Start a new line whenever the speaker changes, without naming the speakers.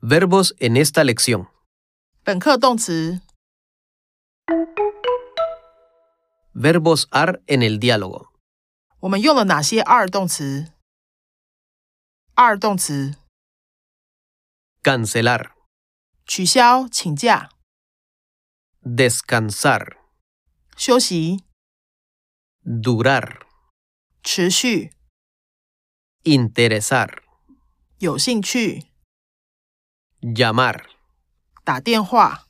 Verbos en esta lección.
本课动词
Verbos are en el diálogo.
我们用了哪些 are 动词？are 动词
Cancelar,
取消、请假、
descansar,
休息、
durar,
持续、
interesar,
有兴趣、
llamar,
打电话、